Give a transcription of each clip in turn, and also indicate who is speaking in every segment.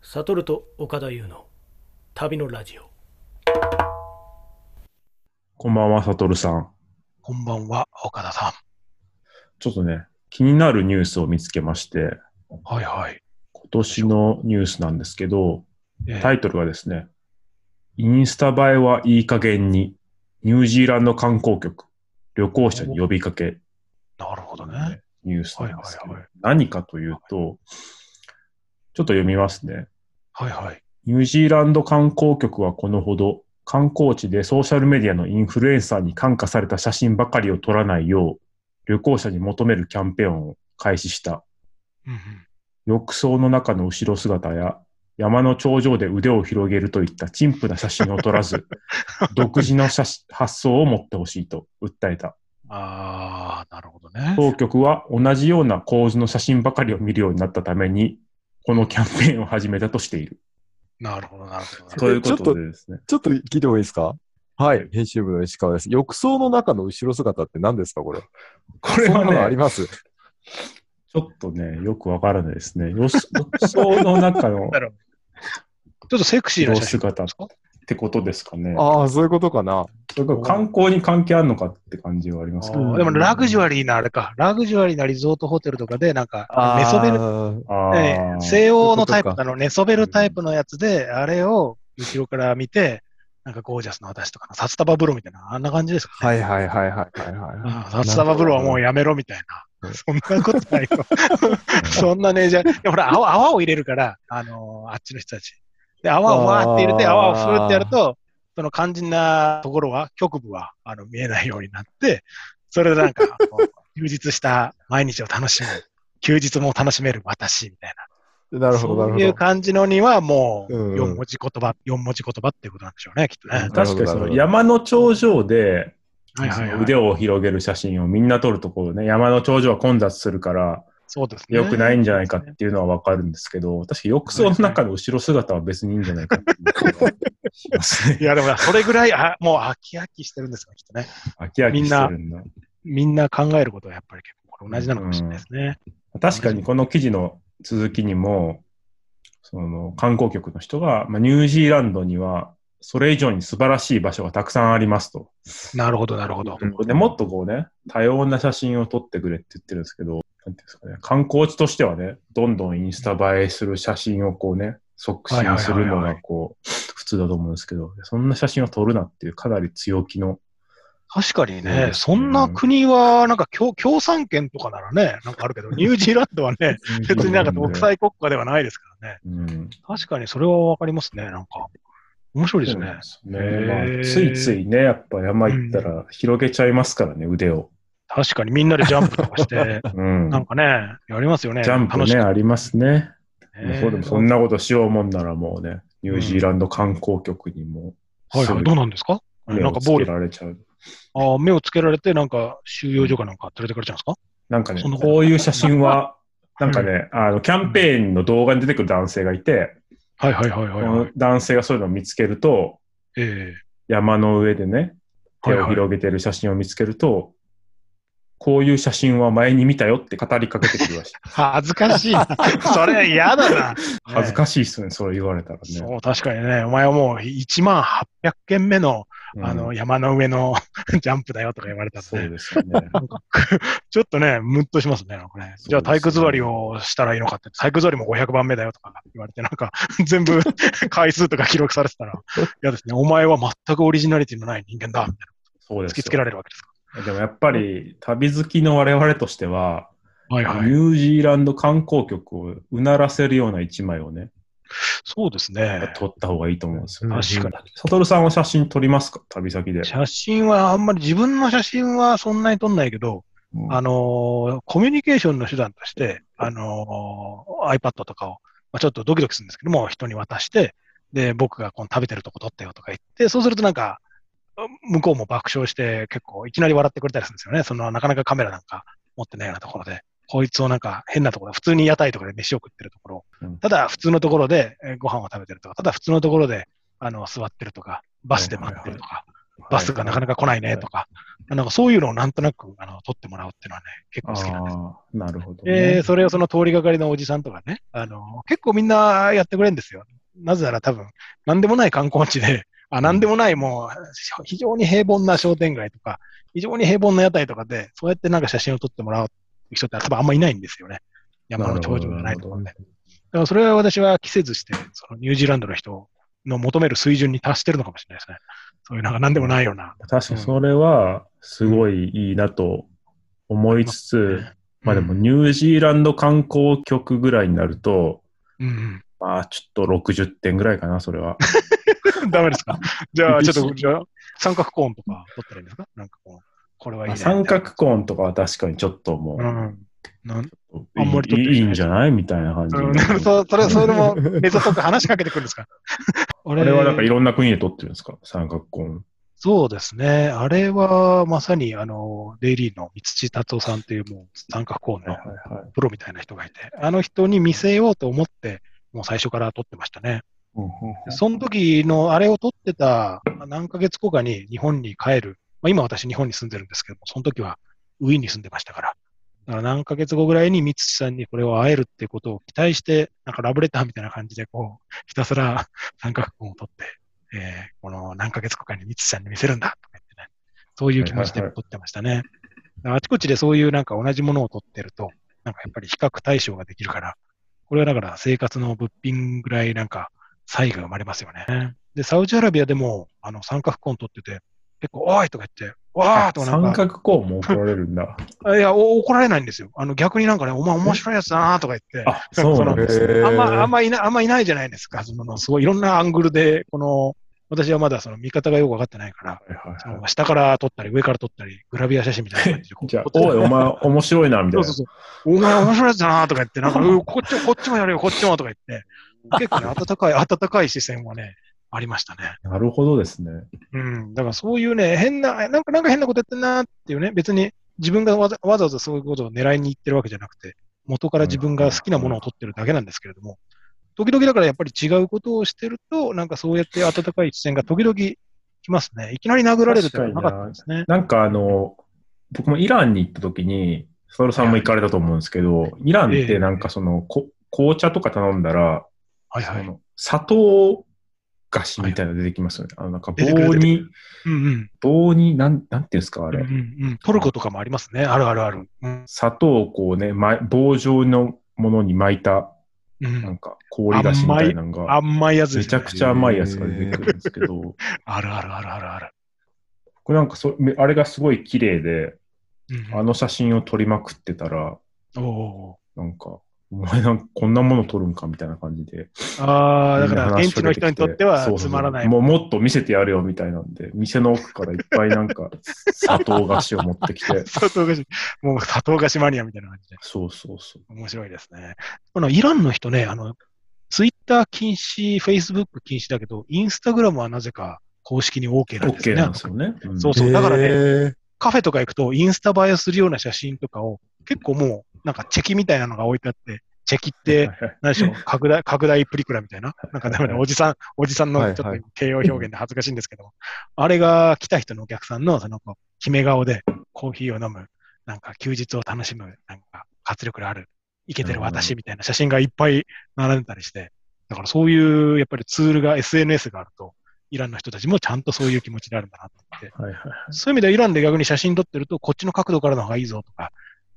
Speaker 1: 悟と岡田優の旅のラジオ
Speaker 2: こんばんは、サトルさん。
Speaker 3: こんばんは、岡田さ
Speaker 2: ちょっとね、気になるニュースを見つけまして、
Speaker 3: ん。はいはい。
Speaker 2: 今年のニュースなんですけど、
Speaker 3: えー
Speaker 2: タイトルがですね、インスタ映えはいい加減に、ニュージーランド観光局、旅行者に呼びかけ、
Speaker 3: なるほどね。
Speaker 2: ニュースなんですけ
Speaker 3: はい
Speaker 2: ど
Speaker 3: はいは、
Speaker 2: 何かというと、ちょっと読みますね。
Speaker 3: はいはい。
Speaker 2: ニュージーランド観光局はこのほど、観光地でソーシャルメディアのインフルエンサーに感化された写真ばかりを撮らないよう、旅行者に求めるキャンペーンを開始した。
Speaker 3: うんうん、
Speaker 2: 浴槽の中の後ろ姿や、山の頂上で腕を広げるといった陳腐な写真を撮ら ず、独自の写真発想を持ってほしいと訴えた。
Speaker 3: ああ、なるほどね。
Speaker 2: 当局は同じような構図の写真ばかりを見るようになったために、このキャンペーンを始めたとしている。
Speaker 3: なるほど、なるほど。
Speaker 2: というこ
Speaker 4: ちょ
Speaker 2: と
Speaker 4: っと
Speaker 2: でですね。
Speaker 4: ちょっと聞いてもいいですかはい。編集部の石川です。浴槽の中の後ろ姿って何ですかこれ。
Speaker 2: これ
Speaker 4: そん
Speaker 2: は
Speaker 4: なのあり
Speaker 2: ね、
Speaker 4: ます
Speaker 2: ちょっとね、よくわからないですね。よそ浴槽の中の
Speaker 3: なるほどちょっとセクシーな
Speaker 2: 色
Speaker 3: 写真。
Speaker 2: 姿ってことですかね。
Speaker 4: ああ、そういうことかな。
Speaker 2: それから観光に関係あるのかって感じはあり
Speaker 3: あ
Speaker 2: ますけど。
Speaker 3: ーでもラグジュアリーなあれか、ラグジュアリーなリゾートホテルとかで、なんか、寝そべる、
Speaker 4: る。
Speaker 2: あー
Speaker 3: えー西欧のタイプ、
Speaker 4: そういうことか
Speaker 3: あの、寝そべるタイプのやつで、あれを後ろから見て、なんかゴージャスな私とかの、札束風呂みたいな、あんな感じですか
Speaker 4: は
Speaker 3: ね。
Speaker 4: いはいはいはいはいは
Speaker 3: あー札束風呂はもうやめろみたいな。そんなことないよ。そんなねじゃ、いやほら泡、泡を入れるから、あのーあっちの人たち。で、泡をわーって入れて、
Speaker 4: あー
Speaker 3: 泡をふーってやると、その肝心なところは、局部はあの見えないようになって、それでなん か、こう充実した毎日を楽しむ、休日も楽しめる私みたい
Speaker 4: い。な
Speaker 3: な。
Speaker 4: るほど、な
Speaker 3: そうい
Speaker 4: る
Speaker 3: う感じのには、もう、
Speaker 4: うんうん
Speaker 3: 4文字言葉、四文字言葉っていうことなんでしょうね、きっとね。
Speaker 2: 確かにそ
Speaker 4: なるほどなるほ
Speaker 2: の
Speaker 4: ど
Speaker 2: 山の頂上で、
Speaker 3: はいはい
Speaker 2: そ
Speaker 3: は
Speaker 2: の腕
Speaker 3: い。
Speaker 2: を広げる写真をみんな撮るところね、山の頂上は混雑するから、
Speaker 3: そうですね。
Speaker 2: 良くないんじゃないかっていうのはわかるんですけど、確かに浴槽の中の後ろ姿は別にいいんじゃないかっていう気がしますね
Speaker 3: い。や、でも、それぐらい、あもう、飽き飽きしてるんですよ、きっとね。
Speaker 2: 飽き飽きしてるんだ。
Speaker 3: みんな考えることはやっぱり結構これ同じなのかもしれないですね。
Speaker 2: 確かにこの記事の続きにも、その観光局の人が、まあ、ニュージーランドにはそれ以上に素晴らしい場所がたくさんありますと。
Speaker 3: なるほど、なるほど。
Speaker 2: でもっとこうね、多様な写真を撮ってくれって言ってるんですけど、なんていうんですかね、観光地としてはね、どんどんインスタ映えする写真をこうね、促進するの
Speaker 3: はいはいはい
Speaker 2: が
Speaker 3: は
Speaker 2: こう、普通だと思うんですけど、そんな写真を撮るなっていうかなり強気の、
Speaker 3: 確か
Speaker 2: そ
Speaker 3: に
Speaker 2: うです
Speaker 3: ね
Speaker 2: ね、
Speaker 3: そんな国は、なんか共共産圏とかならね、なんかあるけど、ニュージーランドは ね、別になんか独裁国家ではないですからね。
Speaker 2: うん、
Speaker 3: 確かにそれはわかりますね、なんか。面白いですね。
Speaker 2: そうねまあ
Speaker 3: へー
Speaker 2: ついついね、やっぱ山行ったら広げちゃいますからね、腕を。
Speaker 3: 確かにみんなでジャンプとか して、
Speaker 2: うん
Speaker 3: なんかね、やりますよね。
Speaker 2: ジャンプ
Speaker 3: 楽し
Speaker 2: ね、
Speaker 3: く
Speaker 2: ありますね。
Speaker 3: ね
Speaker 2: そうでもそんなことしようもんならもうね、ニュージーランド観光局にもう、
Speaker 3: はいはい、どうなんですか
Speaker 2: 目
Speaker 3: な
Speaker 2: を
Speaker 3: んか
Speaker 2: つ
Speaker 3: 暴
Speaker 2: け
Speaker 3: 力
Speaker 2: られちゃう。
Speaker 3: あー、目をつけられて、なんか収容所かなんか連れてかれちゃうんですか
Speaker 2: なんかね
Speaker 3: そんな、こと
Speaker 2: こういう写真は、 なんかね、あの、キャンペーンの動画に出てくる男性がいて、
Speaker 3: はいはいはい
Speaker 2: こ
Speaker 3: はいは
Speaker 2: の
Speaker 3: い。
Speaker 2: 男性がそういうのを見つけると、
Speaker 3: え
Speaker 2: 山の上でね、
Speaker 3: え
Speaker 2: 手を
Speaker 3: はいはい
Speaker 2: 広げてる写真を見つけると、こういう写真は前に見たよって語りかけてくるらしい。
Speaker 3: 恥ずかしいな。 それ嫌だな。
Speaker 2: 恥ずかしいっすね、それ言われたらね。
Speaker 3: そう、確かにね。お前はもう1万800件目の,、
Speaker 2: うん
Speaker 3: あの山の上の ジャンプだよとか言われたって、
Speaker 2: そうですよね。
Speaker 3: ちょっとね、ムッとしますね。なんかねじゃあ体育座りをしたらいいのかって、体育座りも500番目だよとか言われて、なんか 全部回数とか記録さ れてたら、嫌ですね。お前は全くオリジナリティのない人間だ、みたい
Speaker 2: そうで
Speaker 3: な。
Speaker 2: す
Speaker 3: 突きつけ
Speaker 2: よ
Speaker 3: られるわけですか。
Speaker 2: でもやっぱり旅好きの我々としては、
Speaker 3: はいは
Speaker 2: ニ
Speaker 3: い。
Speaker 2: ュージーランド観光局をうならせるような一枚をね、
Speaker 3: そうですね。
Speaker 2: 撮った方がいいと思うんですよ。
Speaker 4: うん
Speaker 3: 確かに。
Speaker 2: サトルさんは写真撮りますか旅先で。
Speaker 3: 写真はあんまり自分の写真はそんなに撮んないけど、
Speaker 2: うん
Speaker 3: あのーコミュニケーションの手段として、あのー iPad とかを、まあ、ちょっとドキドキするんですけども、人に渡して、で、僕がこの食べてるとこ撮ったよとか言って、そうするとなんか、向こうも爆笑して、結構いきなり笑ってくれたりするんですよね。その、なかなかカメラなんか持ってないようなところで、こいつをなんか変なところ、普通に屋台とかで飯を食ってるところ
Speaker 2: うん、
Speaker 3: ただ普通のところでえーご飯を食べてるとか、ただ普通のところであの座ってるとか、バスで待ってるとか、バスがなかなか来ないねとか、なんかそういうのをなんとなくあの撮ってもらうっていうのはね、結構好きなんです。
Speaker 2: ああ、なるほど、ね。
Speaker 3: で、それをその通りがかりのおじさんとかね、あの、結構みんなやってくれるんですよ。なぜなら多分、なんでもない観光地で、あ、なんでもないもう、非常に平凡な商店街とか、非常に平凡な屋台とかで、そうやってなんか写真を撮ってもらう人って多分あんまいないんですよね。山の頂上がないとかね。だからそれは私は季節して、そのニュージーランドの人の求める水準に達してるのかもしれないですね。そういうなんか何でもないような。
Speaker 2: 確かにそれはすごいいいなと思いつつ、まあでもニュージーランド観光局ぐらいになると、
Speaker 3: うん、うん
Speaker 2: まあちょっと60点ぐらいかな、それは。
Speaker 3: うん。ダメです かじゃあ、ちょっと、
Speaker 2: 厳しい
Speaker 3: じゃあ、三角コーンとか取ったらいいんですかなんかこう、これはいい、
Speaker 2: まあ
Speaker 3: ね。
Speaker 2: 三角コーンとかは確かにちょっとも
Speaker 3: う
Speaker 2: う、
Speaker 3: ん。なん
Speaker 2: いい
Speaker 3: あんまり取ってない
Speaker 2: いいんじゃないみたいな感じ。
Speaker 3: うん、 そそれ、それも、ネタとか話しかけてくるん ですかあ
Speaker 2: あれはなんかいろんな国で撮ってるんですか三角コーン。
Speaker 3: そうですね。あれは、まさに、あの、デイリーの三土達夫さんという、もう、三角コーンの
Speaker 2: はいはい。
Speaker 3: プロみたいな人がいて、あの人に見せようと思って、もう最初から撮ってましたね。その時のあれを撮ってた何ヶ月後かに日本に帰る。まあ、今私日本に住んでるんですけども、その時はウィーンに住んでましたから。だから何ヶ月後ぐらいに三土さんにこれを会えるってことを期待して、なんかラブレターみたいな感じでこう、 ひたすら三角コーンを撮って、えーこの何ヶ月後かに三土さんに見せるんだとか言ってね。そういう気持ちで
Speaker 2: はいはいはい
Speaker 3: 撮ってましたね。あちこちでそういうなんか同じものを撮ってると、なんかやっぱり比較対象ができるから、これはだから生活の物品ぐらいなんか差異が生まれますよね。で、サウジアラビアでも、あの、三角コーン撮ってて、結構、おいとか言って、わーとかなん
Speaker 2: 三
Speaker 3: か、
Speaker 2: 角コーンも怒られるん だ。
Speaker 3: いや、お怒られないんですよ。あの、逆になんかね、お前面白いやつだなとか言って、
Speaker 2: あ、そうなんですね。
Speaker 3: あんま、あんまいない、あんまいないじゃないですか。その、すごいいろんなアングルで、この、私はまだその見方がよくわかってないから、
Speaker 2: はいはい
Speaker 3: そ
Speaker 2: はい
Speaker 3: の下から撮ったり、上から撮ったり、グラビア写真みたいな感じでこう
Speaker 2: じゃあ、おい、お前面白いな、みたい
Speaker 3: そ
Speaker 2: うな
Speaker 3: そう。そう。お前面白いやつだなとか言っ て、なんか、うんこっちも、こっちもやるよ、こっちもとか言って、結構ね、温かい、温かい視線はね、ありましたね。
Speaker 2: なるほどですね。
Speaker 3: うん。だからそういうね、変な、なんか、なんか変なことやってんなーっていうね、別に自分がわざわざわざそういうことを狙いに行ってるわけじゃなくて、元から自分が好きなものを取ってるだけなんですけれども、時々だからやっぱり違うことをしてると、なんかそうやって温かい視線が時々来ますね。いきなり殴られるってことはなかったですね。
Speaker 2: なんかあの、僕もイランに行った時に、サドルさんも行かれたと思うんですけど、イランってなんかその、こ紅茶とか頼んだら、
Speaker 3: はいは
Speaker 2: そ。
Speaker 3: い
Speaker 2: の砂糖菓子みたいなの出てきますよね。あのなんか棒
Speaker 3: 出てくる出てく
Speaker 2: に、
Speaker 3: うんうん。
Speaker 2: 棒に、なん、なんていうんですか、あ
Speaker 3: うんう
Speaker 2: れ。
Speaker 3: んうん、トルコとかもありますね。あるあるある。うん。
Speaker 2: 砂糖をこうね、ま、棒状のものに巻いた、
Speaker 3: うん
Speaker 2: なんか氷菓子みたいなのが、
Speaker 3: 甘いやつで
Speaker 2: め
Speaker 3: す、
Speaker 2: ちゃ
Speaker 3: ね。
Speaker 2: くちゃ甘いやつが出てくるんですけ ど、
Speaker 3: あるあるあるあるある。
Speaker 2: これなんかそ、めあれがすごい綺麗で、
Speaker 3: うん
Speaker 2: あの写真を撮りまくってたら、
Speaker 3: お
Speaker 2: なんか、お前なんかこんなもの撮るんかみたいな感じで。
Speaker 3: ーああ、だから
Speaker 2: みんな話
Speaker 3: 現
Speaker 2: しか
Speaker 3: 地
Speaker 2: け
Speaker 3: の
Speaker 2: き
Speaker 3: 人にとってはつまらない。
Speaker 2: そうそうそうもうもっと見せてやるよみたいなんで、店の奥からいっぱいなんか砂糖菓子を持ってき て。
Speaker 3: 砂糖菓子、もう砂糖菓子マニアみたいな感じで。
Speaker 2: そうそうそう。
Speaker 3: 面白いですね。このイランの人ね、あの、ツイッター禁止、フェイスブック禁止だけど、インスタグラムはなぜか公式に OK なんです
Speaker 2: OK
Speaker 3: ね。
Speaker 2: なんですよね。ん
Speaker 3: そうそうだからねカフェとか行くと、インスタ映えするような写真とかを、結構もう、なんかチェキみたいなのが置いてあって、チェキって、何でしょう、拡 大、拡大プリクラみたいな、なんかダメな、おじさん、おじさんのちょっ
Speaker 4: はい
Speaker 3: と形容表現で恥ずかしいんですけど、あれが来た人のお客さんの、その、こう決め顔でコーヒーを飲む、なんか休日を楽しむ、なんか活力のある、イケてる私みたいな写真がいっぱい並んでたりして、だからそういう、やっぱりツールが、SNS があると、イランの人たちもちゃんとそういう気持ちであるんだなって。
Speaker 2: はいはい。
Speaker 3: そういう意味ではイランで逆に写真撮ってると、こっちの角度からの方がいいぞとか、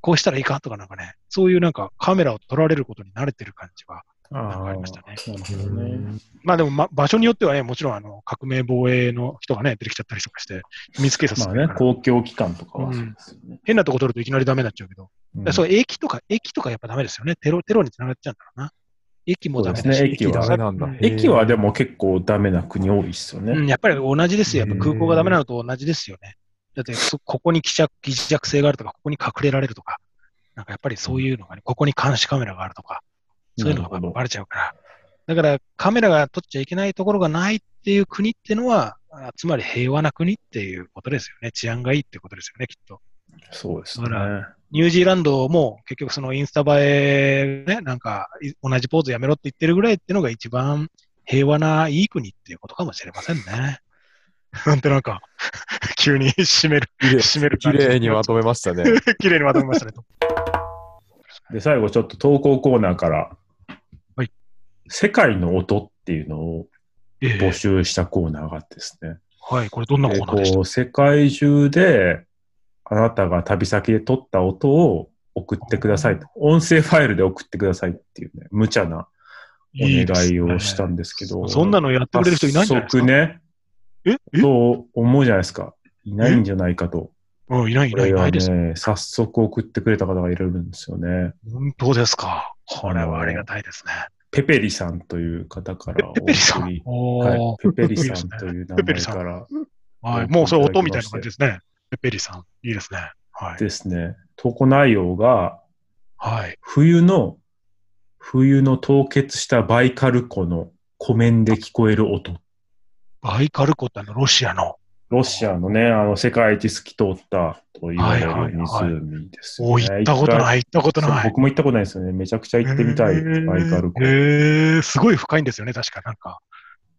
Speaker 3: こうしたらいいかとかなんかね、そういうなんかカメラを撮られることに慣れてる感じは
Speaker 2: あ
Speaker 3: なんか
Speaker 2: あ
Speaker 3: あ
Speaker 2: ー
Speaker 3: りましたね。
Speaker 2: なるほどね。
Speaker 3: まあでも、ま、場所によってはね、もちろんあの革命防衛の人がね、出てきちゃったりとかして、秘密警察
Speaker 2: ま
Speaker 3: と
Speaker 2: あ
Speaker 3: かい
Speaker 2: ね
Speaker 3: るか、ら
Speaker 2: 公共機関とかはそうですよね。
Speaker 3: 変なとこ撮るといきなりダメになっちゃうけど、
Speaker 2: うん
Speaker 3: そう駅とか、駅とかやっぱダメですよね。テロ、テロに繋がっちゃうんだろうな。駅もダメだし、
Speaker 2: そうですね駅は
Speaker 3: さっき
Speaker 4: ダメなんだ
Speaker 2: 駅はでも結構ダメな国多いですよね。
Speaker 3: うん、やっぱり同じですよ。やっぱ空港がダメなのと同じですよね。だってそ、ここに希釈疑弱性があるとか、ここに隠れられるとか、なんかやっぱりそういうのがね、ここに監視カメラがあるとか、そういうの
Speaker 2: な
Speaker 3: が
Speaker 2: るほど
Speaker 3: バレちゃうから。だから、カメラが撮っちゃいけないところがないっていう国ってのは、あつまり平和な国っていうことですよね。治安がいいってことですよね、きっと。
Speaker 2: そうですね。
Speaker 3: だからニュージーランドも結局そのインスタ映えね、なんかい同じポーズやめろって言ってるぐらいっていうのが一番平和ないい国っていうことかもしれませんね。なんてなんか、急に締める、
Speaker 4: 綺麗
Speaker 3: 締める
Speaker 4: 綺
Speaker 3: 感じ
Speaker 4: 麗にまとめましたね。
Speaker 3: 綺麗にまとめましたねと。
Speaker 2: で、最後ちょっと投稿コーナーから、
Speaker 3: はい
Speaker 2: 世界の音っていうのを
Speaker 3: ええ
Speaker 2: 募集したコーナーがあってですね。
Speaker 3: はい、これどんなコーナーで
Speaker 2: で
Speaker 3: した
Speaker 2: こう世界中で、あなたが旅先で撮った音を送ってくださいと。音声ファイルで送ってくださいっていうね、無茶なお願いをしたんですけど。
Speaker 3: そんなのやってくれる人いないんじゃないです
Speaker 2: 早
Speaker 3: か、
Speaker 2: 速ね、
Speaker 3: ええ
Speaker 2: そう思うじゃないですか。いないんじゃないかと。
Speaker 3: うん、いないい
Speaker 2: こ
Speaker 3: ない
Speaker 2: れ
Speaker 3: いな
Speaker 2: はい
Speaker 3: です。
Speaker 2: ね、早速送ってくれた方がいるんですよね。
Speaker 3: 本当ですか。これはありがたいですね。
Speaker 2: ペペリさんという方からお
Speaker 3: ペペリさ
Speaker 2: 送
Speaker 3: ん
Speaker 2: り。。
Speaker 3: おー
Speaker 2: はい、ペペリさんという名
Speaker 3: ペペ
Speaker 2: 前
Speaker 3: リさん
Speaker 2: から
Speaker 3: はい、もうそれ音みたいな感じですね。ペペリさん、いいですね。はい。
Speaker 2: ですね、投稿内容が、
Speaker 3: はい。
Speaker 2: 冬の、冬の凍結したバイカル湖の湖面で聞こえる音。
Speaker 3: バイカルコってあの、ロシアの
Speaker 2: ロシアのね、あの、世界一透き通ったと言われる湖ですよ
Speaker 3: お
Speaker 2: ね。
Speaker 3: 行ったことない、行ったこと
Speaker 2: そう
Speaker 3: ない。
Speaker 2: 僕も行ったことないですよね。めちゃくちゃ行ってみたい、
Speaker 3: へー
Speaker 2: バイカル湖。
Speaker 3: へーすごい深いんですよね、確か。なんか、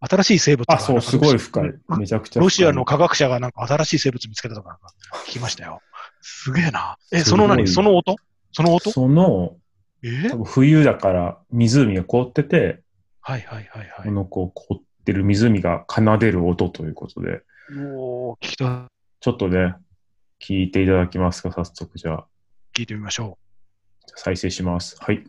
Speaker 3: 新しい生物が
Speaker 2: あ、そう、すごい深い。めちゃくちゃ深い
Speaker 3: ロシアの科学者がなんか新しい生物見つけたとかなんか聞きましたよ。すげえな。え、
Speaker 2: す
Speaker 3: そ
Speaker 2: ごい
Speaker 3: の何その音その音
Speaker 2: その、
Speaker 3: え
Speaker 2: 多分冬だから湖が凍ってて、
Speaker 3: はいはいはいは
Speaker 2: こ
Speaker 3: い。
Speaker 2: のこう凍ってる湖が奏でる音ということで、
Speaker 3: おー聞きた、
Speaker 2: ちょっとね、聞いていただきますか、早速じゃあ、
Speaker 3: 聞いてみましょ
Speaker 2: 再生します。はい。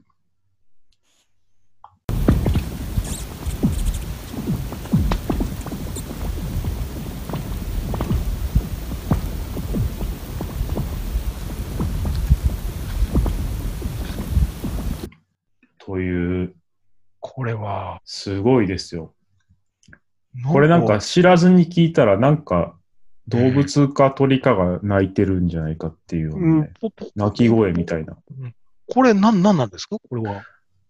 Speaker 2: という、
Speaker 3: う。これは、
Speaker 2: すごいですよ。これなんか、知らずに聞いたらなんか動物か鳥かが鳴いてるんじゃないかっていうよう
Speaker 3: う
Speaker 2: なね、
Speaker 3: ん、ぽぽ
Speaker 2: 鳴き声みたいな。
Speaker 3: これなん、なんなんですかこれは。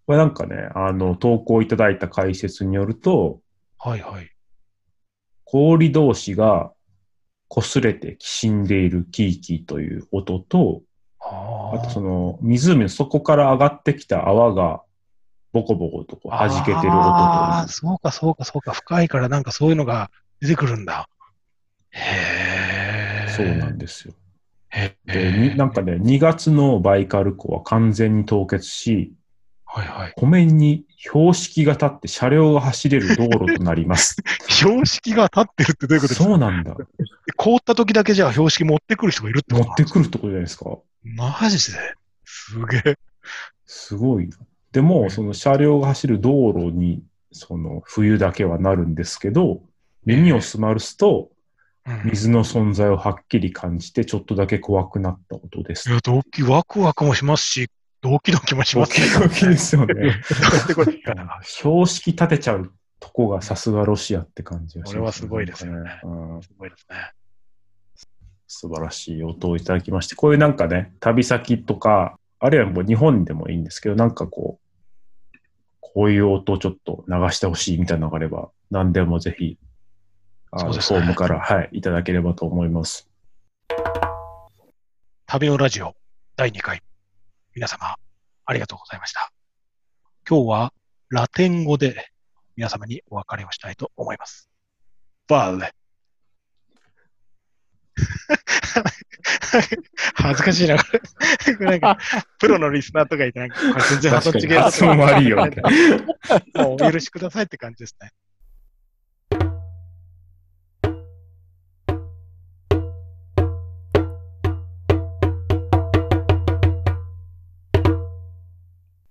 Speaker 2: これなんかね、あの、投稿いただいた解説によると、
Speaker 3: はいはい。
Speaker 2: 氷同士が擦れてきしんでいるキーキーという音と、
Speaker 3: あ
Speaker 2: あとそ
Speaker 3: の、
Speaker 2: の湖の底から上がってきた泡がボコボコとこう弾けてる音という
Speaker 3: あーそうかそうかそうか。深いからなんかそういうのが出てくるんだ。へえ。
Speaker 2: そうなんですよ。
Speaker 3: へ
Speaker 2: で、に
Speaker 3: え。
Speaker 2: なんかね、2月のバイカル湖は完全に凍結し、
Speaker 3: はいはい。
Speaker 2: 湖面に標識が立って車両が走れる道路となります。
Speaker 3: 標識が立ってるって どういうことですか
Speaker 2: そうなんだ。
Speaker 3: 凍った時だけじゃあ標識持ってくる人がいるって
Speaker 2: 持
Speaker 3: こ
Speaker 2: って
Speaker 3: と
Speaker 2: くるってことじゃないですか。
Speaker 3: マジですげえ。
Speaker 2: すごいな。でも、その車両が走る道路に、その冬だけはなるんですけど、耳を澄ますと、
Speaker 3: うん
Speaker 2: 水の存在をはっきり感じて、ちょっとだけ怖くなったことです。
Speaker 3: いや、ドキワクワクもしますし、ドキドキもし
Speaker 2: ド
Speaker 3: ます
Speaker 2: キ
Speaker 3: ね。
Speaker 2: ドキですよ ね。
Speaker 3: だってこれ、
Speaker 2: 標識立てちゃうとこがさすがロシアって感じがします、
Speaker 3: これはすごいですよね
Speaker 2: なんかうん
Speaker 3: すごいですね。
Speaker 2: 素晴らしい音をいただきまして、こういうなんかね、旅先とか、あるいはもう日本でもいいんですけど、なんかこう、こういう音をちょっと流してほしいみたいなのがあれば、何でもぜひ、あの、
Speaker 3: そうです
Speaker 2: フ
Speaker 3: ね
Speaker 2: ォームから、はい、いただければと思います。
Speaker 3: 旅のラジオ第2回。皆様、ありがとうございました。今日はラテン語で皆様にお別れをしたいと思います。バーレ。 恥ずかしいな、これ。これなんか、プロのリスナーとかいて、なんか、全然
Speaker 2: 確
Speaker 3: 発
Speaker 2: か
Speaker 3: 音違
Speaker 2: に、
Speaker 3: えな
Speaker 2: 発音悪いよ。
Speaker 3: もうお許しくださいって感じですね。